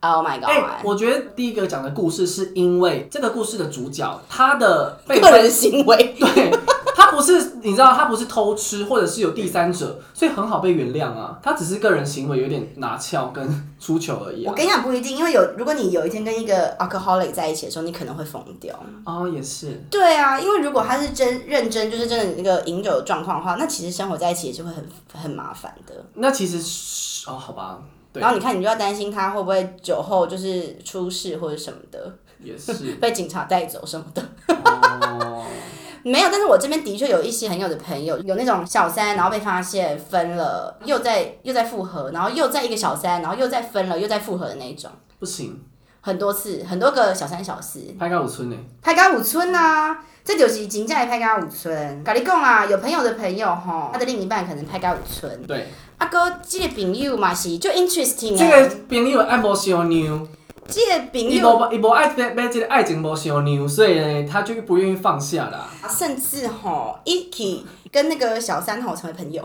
Speaker 1: ，Oh my god，、
Speaker 2: 哎、我觉得第一个讲的故事是因为这个故事的主角他 的被
Speaker 1: 个人行为，
Speaker 2: 对他不是你知道他不是偷吃或者是有第三者，所以很好被原谅啊。他只是个人行为有点拿翘跟出糗而已
Speaker 1: 我
Speaker 2: 啊。
Speaker 1: 跟你讲不一定，因为有如果你有一天跟一个 alcoholic 在一起的时候，你可能会疯掉。
Speaker 2: 哦，也是，
Speaker 1: 对啊，因为如果他是真认真，就是真的那个饮酒的状况的话，那其实生活在一起也是会很很麻烦的。
Speaker 2: 那其实是哦，好吧，对
Speaker 1: 然，后你看，你就要担心他会不会酒后就是出事或者什么的，
Speaker 2: 也 是啊
Speaker 1: 被警察带走什么的。
Speaker 2: 哦，
Speaker 1: 没有，但是我这边的确有一些很有的朋友，有那种小三，然后被发现分了，又在又在复合，然后又在一个小三，然后又再分了，又再复合的那种，
Speaker 2: 不行，
Speaker 1: 很多次，很多个小三小四。
Speaker 2: 拍个五村呢，
Speaker 1: 拍甲有村啊，这就是真正的拍甲有村。甲你讲啊，有朋友的朋友吼，他的另一半可能拍甲有村。
Speaker 2: 对，
Speaker 1: 啊，哥，这个朋友嘛是就 interesting
Speaker 2: 这
Speaker 1: 啊。
Speaker 2: 个朋友爱无相让。
Speaker 1: 这个朋
Speaker 2: 伊
Speaker 1: 友，
Speaker 2: 无伊无爱买买这个爱情无相让，所以呢，他就不愿意放下啦。
Speaker 1: 啊甚至吼一起跟那个小三吼成为朋友，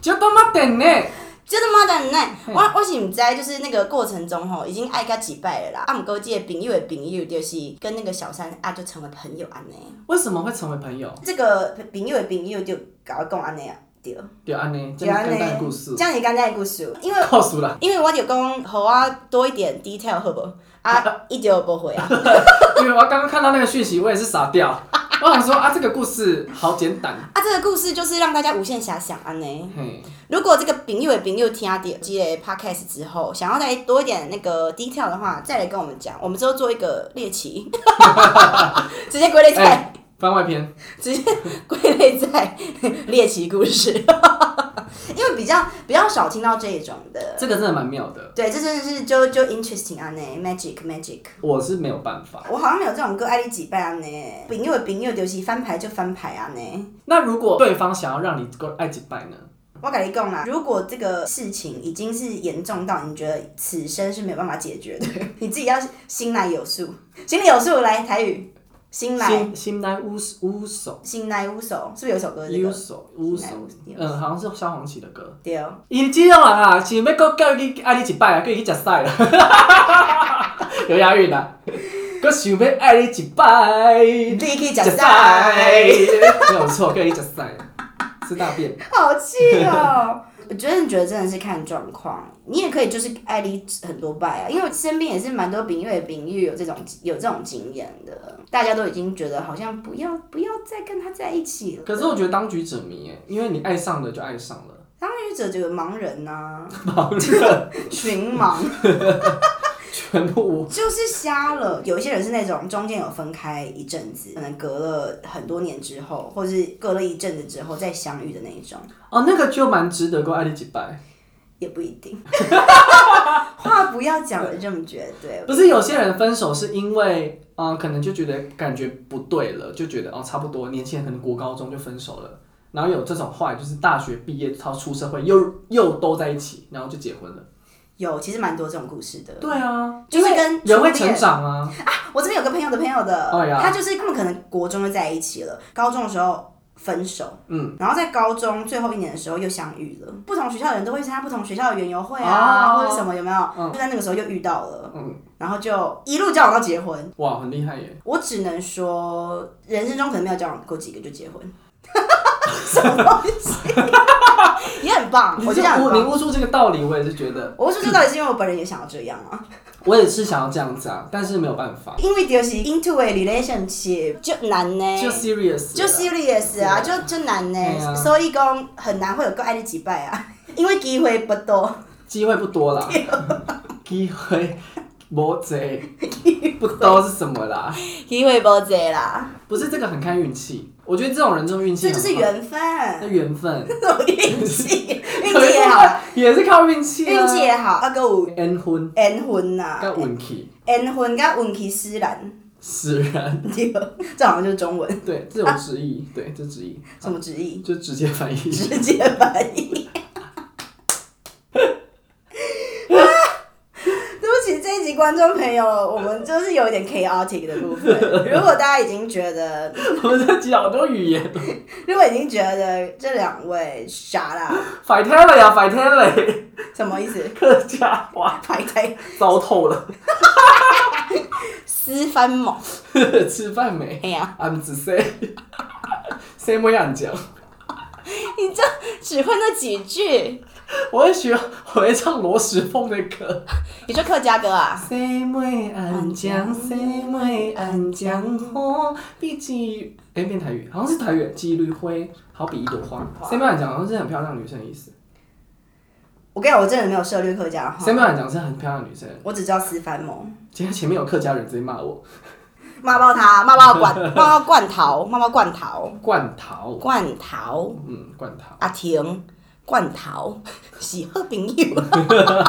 Speaker 2: 就他妈等呢，
Speaker 1: 真的吗？但奈，
Speaker 2: 嗯
Speaker 1: 我我是唔知，就是那个过程中吼，已经爱到几摆了啦。啊，毋过这个朋友的朋友就是跟那个小三啊就成为朋友安尼。
Speaker 2: 为什么会成为朋友？
Speaker 1: 这个朋友的朋友就甲我讲安尼啊，对，
Speaker 2: 对安尼，这
Speaker 1: 对
Speaker 2: 么
Speaker 1: 安
Speaker 2: 简单的
Speaker 1: 尼
Speaker 2: 故，事
Speaker 1: 这，样是简单的故事，因为。
Speaker 2: 告诉啦，
Speaker 1: 因为我就讲，互我多一点 detail 好无？ 啊，伊就无回啊。
Speaker 2: 因为我刚刚看到那个讯息，我也是傻 掉。我想说啊，这个故事好简单，
Speaker 1: 啊，这个故事就是让大家无限遐想安尼。
Speaker 2: 嘿，
Speaker 1: 如果这个朋友的朋友听到这个 podcast 之后，想要再多一点那个 detail 的话，再来跟我们讲，我们之后做一个猎奇，直接归类在、
Speaker 2: 哎番外篇，
Speaker 1: 直接归类在猎奇故事，因为比较比较少听到这一种的。
Speaker 2: 这个真的蛮妙的，
Speaker 1: 对，这真的是就就 interesting 安尼，magic magic。
Speaker 2: 我是没有办法。
Speaker 1: 我好像没有这种歌爱你几摆啊安尼，朋友的朋友就是翻牌就翻牌啊安尼。
Speaker 2: 那如果对方想要让你够爱几拜呢？
Speaker 1: 我跟你讲啦，如果这个事情已经是严重到你觉得此生是没有办法解决的， 你自己要心来有数，心里有数来台语，心来
Speaker 2: 心心来乌乌手，
Speaker 1: 心来无手，是不是有一首歌是这
Speaker 2: 乌
Speaker 1: 个？
Speaker 2: 手乌手
Speaker 1: 心来乌，
Speaker 2: 嗯，好像是萧煌奇的歌。
Speaker 1: 对哦，
Speaker 2: 伊即种人啊，是要搁叫你爱你一摆啊，叫伊去食屎啦， 有押韵啊。搁想要爱你一摆，
Speaker 1: 你自己去
Speaker 2: 食
Speaker 1: 讲晒，
Speaker 2: 没有错，叫伊食屎，吃大便。
Speaker 1: 好气哦。我真的觉得真的是看状况，你也可以就是爱你很多拜啊，因为我身边也是蛮多丙月丙月有这种有这种经验的，大家都已经觉得好像不要不要再跟他在一起了。
Speaker 2: 可是我觉得当局者迷耶，因为你爱上了就爱上了，
Speaker 1: 当然者这个盲人啊呐、
Speaker 2: 盲人
Speaker 1: 群盲
Speaker 2: 全部无
Speaker 1: 就是瞎了。有一些人是那种中间有分开一阵子，可能隔了很多年之后，或是隔了一阵子之后再相遇的那一种，
Speaker 2: 哦，那个就蛮值得够爱你一摆。
Speaker 1: 也不一定。 话不要讲的这么绝对，
Speaker 2: 不是有些人分手是因为，嗯、可能就觉得感觉不对了，就觉得哦，差不多，年轻人可能国高中就分手了，然后有这种后来就是大学毕业到出社会又又都在一起，然后就结婚了。
Speaker 1: 有其实蛮多这种故事的。
Speaker 2: 对啊，
Speaker 1: 就是
Speaker 2: 因为
Speaker 1: 跟
Speaker 2: 人会
Speaker 1: 初恋
Speaker 2: 成长啊，
Speaker 1: 我这边有个朋友的朋友的，
Speaker 2: 哎呀
Speaker 1: 他就是他们可能国中就在一起了，高中的时候分手，
Speaker 2: 嗯，
Speaker 1: 然后在高中最后一年的时候又相遇了。不同学校的人都会参加不同学校的园游会啊，
Speaker 2: 哦
Speaker 1: 或者什么有没有？就在那个时候又遇到了，
Speaker 2: 嗯，
Speaker 1: 然后就一路交往到结婚。
Speaker 2: 哇，很厉害耶。
Speaker 1: 我只能说，人生中可能没有交往过几个就结婚，什么东西，也很棒，
Speaker 2: 你
Speaker 1: 啊我觉
Speaker 2: 这
Speaker 1: 得很
Speaker 2: 悟你
Speaker 1: 棒。
Speaker 2: 悟出这个道理，我也是觉得，
Speaker 1: 我说这到底是因为我本人也想要这样啊，
Speaker 2: 我也是想要这样子啊，但是没有办法，
Speaker 1: 因为就是 into a relationship 就难呢，
Speaker 2: 就 serious，
Speaker 1: 就 serious 啊，就就难呢、
Speaker 2: 对啊
Speaker 1: 所以讲很难会有够爱你几拜啊， 因为机会不多，
Speaker 2: 机会不 多啦，机会 没贼， 不都是什么啦？
Speaker 1: 机会不多 啦，
Speaker 2: 不是这个很看运气，我觉得这种人这种运气
Speaker 1: 这就
Speaker 2: 很好，
Speaker 1: 是缘 分，
Speaker 2: 那缘分，
Speaker 1: 这种运气，运 气也好啦，
Speaker 2: 也是靠运气、啊，
Speaker 1: 运气也好，啊，搁有
Speaker 2: 缘分
Speaker 1: 缘分呐、
Speaker 2: 跟运气
Speaker 1: 缘分甲运气使然，
Speaker 2: 使然，
Speaker 1: 对，这好像就是中文
Speaker 2: 对，这种直译，对，这直译
Speaker 1: 什么直译，
Speaker 2: 就直接翻译。
Speaker 1: 直接翻译。 啊对不起，这一集观众朋友，我们就是有一点 chaotic 的部分。如果大家已经觉得
Speaker 2: 我们这集好多语言
Speaker 1: 如果已经觉得这两位傻 啦，
Speaker 2: f i t e l 呀 f i t e l
Speaker 1: 什么意思？
Speaker 2: 客家话
Speaker 1: 排开
Speaker 2: 糟透了。
Speaker 1: 私翻某，
Speaker 2: 吃饭没
Speaker 1: 哎呀，
Speaker 2: ？I'm 只 say say 模样讲，
Speaker 1: 你这只会那几句，
Speaker 2: 我会学，我会唱罗时凤的歌。
Speaker 1: 你说客家歌啊？
Speaker 2: 西妹安江，西妹安江花，比几哎变台语，好像是台语，几缕灰，好比一朵花。西妹安江好像是很漂亮的女生的意思。
Speaker 1: 我跟你讲，我真的没有涉猎客家
Speaker 2: 西
Speaker 1: 话，
Speaker 2: 妹安江是很漂亮的女生。
Speaker 1: 我只知道私翻某，
Speaker 2: 今天前面有客家人直接骂我
Speaker 1: 骂爆他，骂爆罐， 骂爆罐头，骂爆罐头，
Speaker 2: 罐
Speaker 1: 哦
Speaker 2: 头，
Speaker 1: 罐头
Speaker 2: 嗯，罐头，
Speaker 1: 阿婷，罐头是好朋友，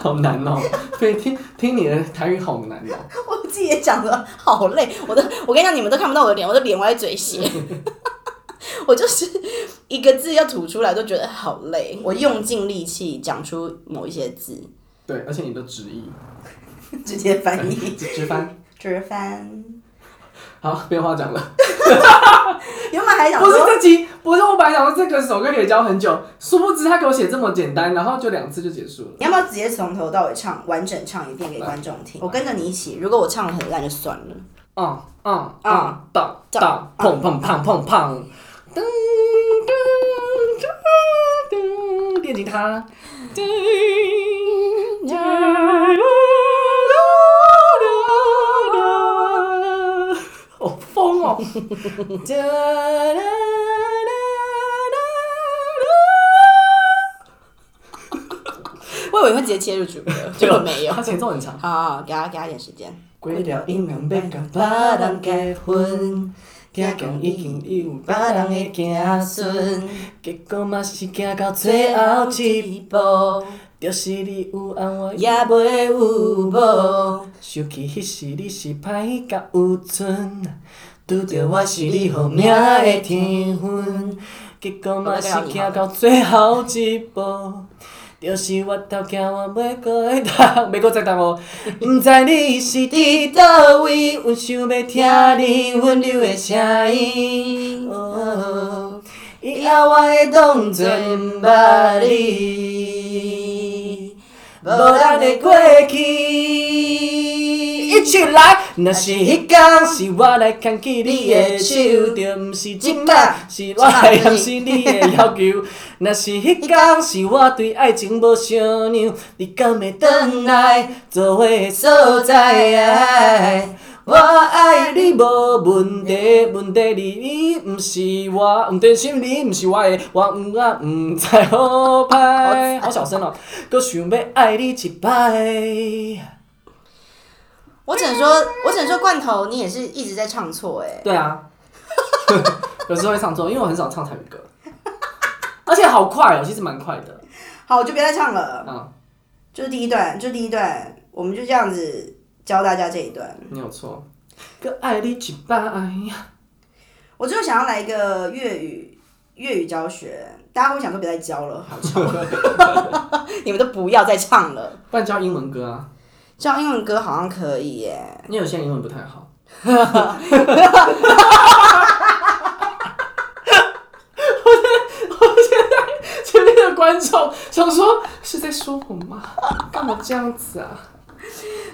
Speaker 2: 好难哦、对，听听你的台语好难哦、
Speaker 1: 我自己也讲的好累，我的，我跟你讲，你们都看不到我的脸，我的脸歪嘴斜。 我就是一个字要吐出来都觉得好累，我用尽力气讲出某一些字，
Speaker 2: 对，而且你都直译，
Speaker 1: 直接翻译，
Speaker 2: 直直翻。
Speaker 1: 直翻。
Speaker 2: 好，没有话讲了。
Speaker 1: 原本还想
Speaker 2: 不是
Speaker 1: 说，
Speaker 2: 这集，不是我本来想说这个首歌可以教很久，殊不知他给我写这么简单，然后就两次就结束了。
Speaker 1: 你要不要直接从头到尾唱完整唱一遍给观众听？我跟着你一起，如果我唱的很烂就算 了。
Speaker 2: 嗯嗯
Speaker 1: 嗯
Speaker 2: 嗯，当
Speaker 1: 当
Speaker 2: 当，砰砰砰砰砰，噔噔噔噔，电吉 他。噔噔噔噔噔好疯哦！哒啦啦啦啦
Speaker 1: 我以为会直接切入主歌，结果没有
Speaker 2: 啦，。它前奏很长。
Speaker 1: 好好，好给他给他一点时间。
Speaker 2: 过了姻缘要甲别人结婚，惊强已经有别人的子孙，结果嘛是行到最后一步，就是你有红我
Speaker 1: 也袂有无，
Speaker 2: 想起迄时你是歹甲有存，拄着我是你好命的天分，结果嘛是行到最后一步。就是我头惊我袂搁会当，袂搁再当哦。毋知你是伫倒位，阮想要听你温柔的声音。哦，以后我会当作毋捌你。无咱的过去，一起来。若是迄天是我来牵起你的手，就毋是即摆，是我来暗示你的要求。若是迄天是我对爱情无相让，你敢会转来做伙的所在？我爱你无问题，问题你毋是我，问题是你毋是我的，我毋啊毋知好歹，好小声哦，搁想要爱你一摆。
Speaker 1: 我只能说，我只能说，罐头你也是一直在唱错哎、
Speaker 2: 对啊， 有时候会唱错，因为我很少唱台语歌，而且好快哦，其实蛮快的。
Speaker 1: 好，我就别再唱了。
Speaker 2: 嗯，
Speaker 1: 就是第一段，就第一段，我们就这样子教大家这一段。
Speaker 2: 没有错。搁爱你一摆，
Speaker 1: 我就想要来一个粤语粤语教学，大家会不会想说别再教 了，好吵，你们都不要再唱了。
Speaker 2: 不然教英文歌啊，
Speaker 1: 教英文歌好像可以耶，
Speaker 2: 因为有些人英文不太 好。我现在，我现在前面的观众想说是在说我吗？干嘛这样子啊？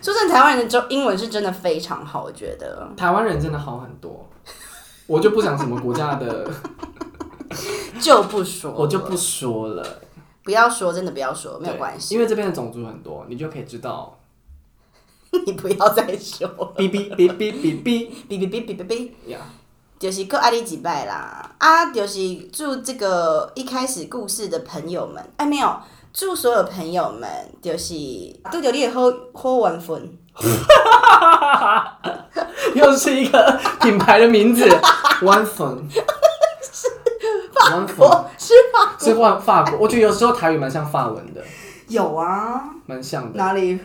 Speaker 1: 说真的，台湾人的中英文是真的非常好，我觉得。
Speaker 2: 台湾人真的好很多，我就不讲什么国家的
Speaker 1: 就不说了，
Speaker 2: 我就不说了，
Speaker 1: 不要说，真的不要说，没有
Speaker 2: 对
Speaker 1: 关系，
Speaker 2: 因为这边的种族很多，你就可以知道。
Speaker 1: 你不要再说，
Speaker 2: 哔哔哔哔哔哔
Speaker 1: 哔哔哔哔哔哔，
Speaker 2: 呀！
Speaker 1: 就是各爱你几拜啦，啊，就是祝这个一开始故事的朋友们，哎，没有，祝所有朋友们，就是都有你的好好缘分。
Speaker 2: 又是一个品牌的名字，One Fun。One Fun
Speaker 1: 哦，是吗？
Speaker 2: 是法法国，我觉得有时候台语蛮像法文的，
Speaker 1: 有啊，
Speaker 2: 蛮像的。
Speaker 1: 哪里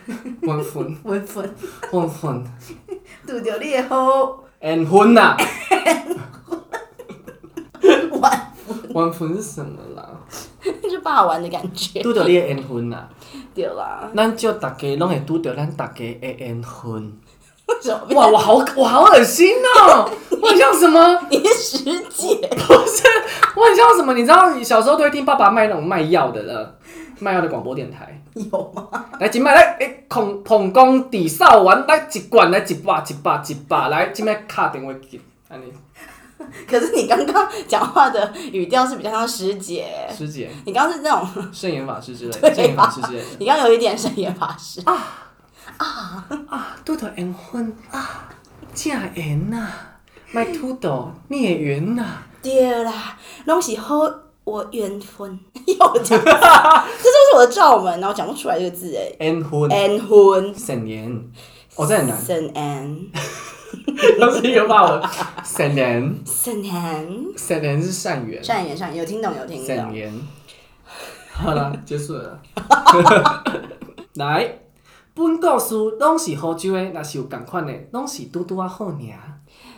Speaker 2: One Fun
Speaker 1: 缘分？
Speaker 2: One Fun
Speaker 1: 拄着你的好
Speaker 2: and Fun 呐
Speaker 1: 玩，
Speaker 2: ，One Fun 是什么啦？
Speaker 1: 就把玩的感觉。
Speaker 2: 拄着你的缘分呐，
Speaker 1: 对啦，
Speaker 2: 咱就大家拢会拄着咱大家的缘分。
Speaker 1: 为什么？
Speaker 2: 哇，我好我好恶心哦！我很像什么？
Speaker 1: 你是师姐，
Speaker 2: 不是，我很像什么？你知道，你小时候都会听爸爸卖那种卖药的了，卖药的广播电台。
Speaker 1: 有吗？
Speaker 2: 来，今麦来，诶，捧捧公底少丸，来一罐，来一百，一百，一百，来，今麦卡电话机，安尼，
Speaker 1: 可是你刚刚讲话的语调是比较像师姐，
Speaker 2: 师姐，
Speaker 1: 你刚刚是那种，
Speaker 2: 圣言法师之类
Speaker 1: 对
Speaker 2: 的，
Speaker 1: 啊
Speaker 2: 圣言法师之类的。
Speaker 1: 你刚刚有一点神言法师。
Speaker 2: 啊，拄着缘分啊，正缘呐，卖秃头孽缘啊呐。
Speaker 1: 对啦，拢是好我缘分， 又讲，这就是我的罩门，然后讲不出来这个字 哎。
Speaker 2: 缘分，
Speaker 1: 缘分，，
Speaker 2: 圣言，哦，这很难
Speaker 1: 深恩，
Speaker 2: 又是一个法文。圣言，
Speaker 1: 深 恩，
Speaker 2: 圣言是善缘，
Speaker 1: 善言善言，有听懂有听
Speaker 2: 圣
Speaker 1: 懂。
Speaker 2: 言。好啦，结束了。来，本故事拢是好酒的，若是有共款的，拢是拄拄啊好尔。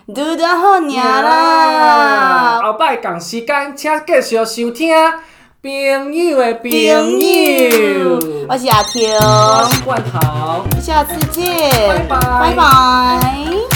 Speaker 1: 拄得好娘啦，
Speaker 2: 后摆同时间，请继续收听《朋友的朋
Speaker 1: 朋友
Speaker 2: 友》，
Speaker 1: 我是阿婷，
Speaker 2: 我是冠豪。
Speaker 1: 下次见，
Speaker 2: 拜拜
Speaker 1: 拜拜。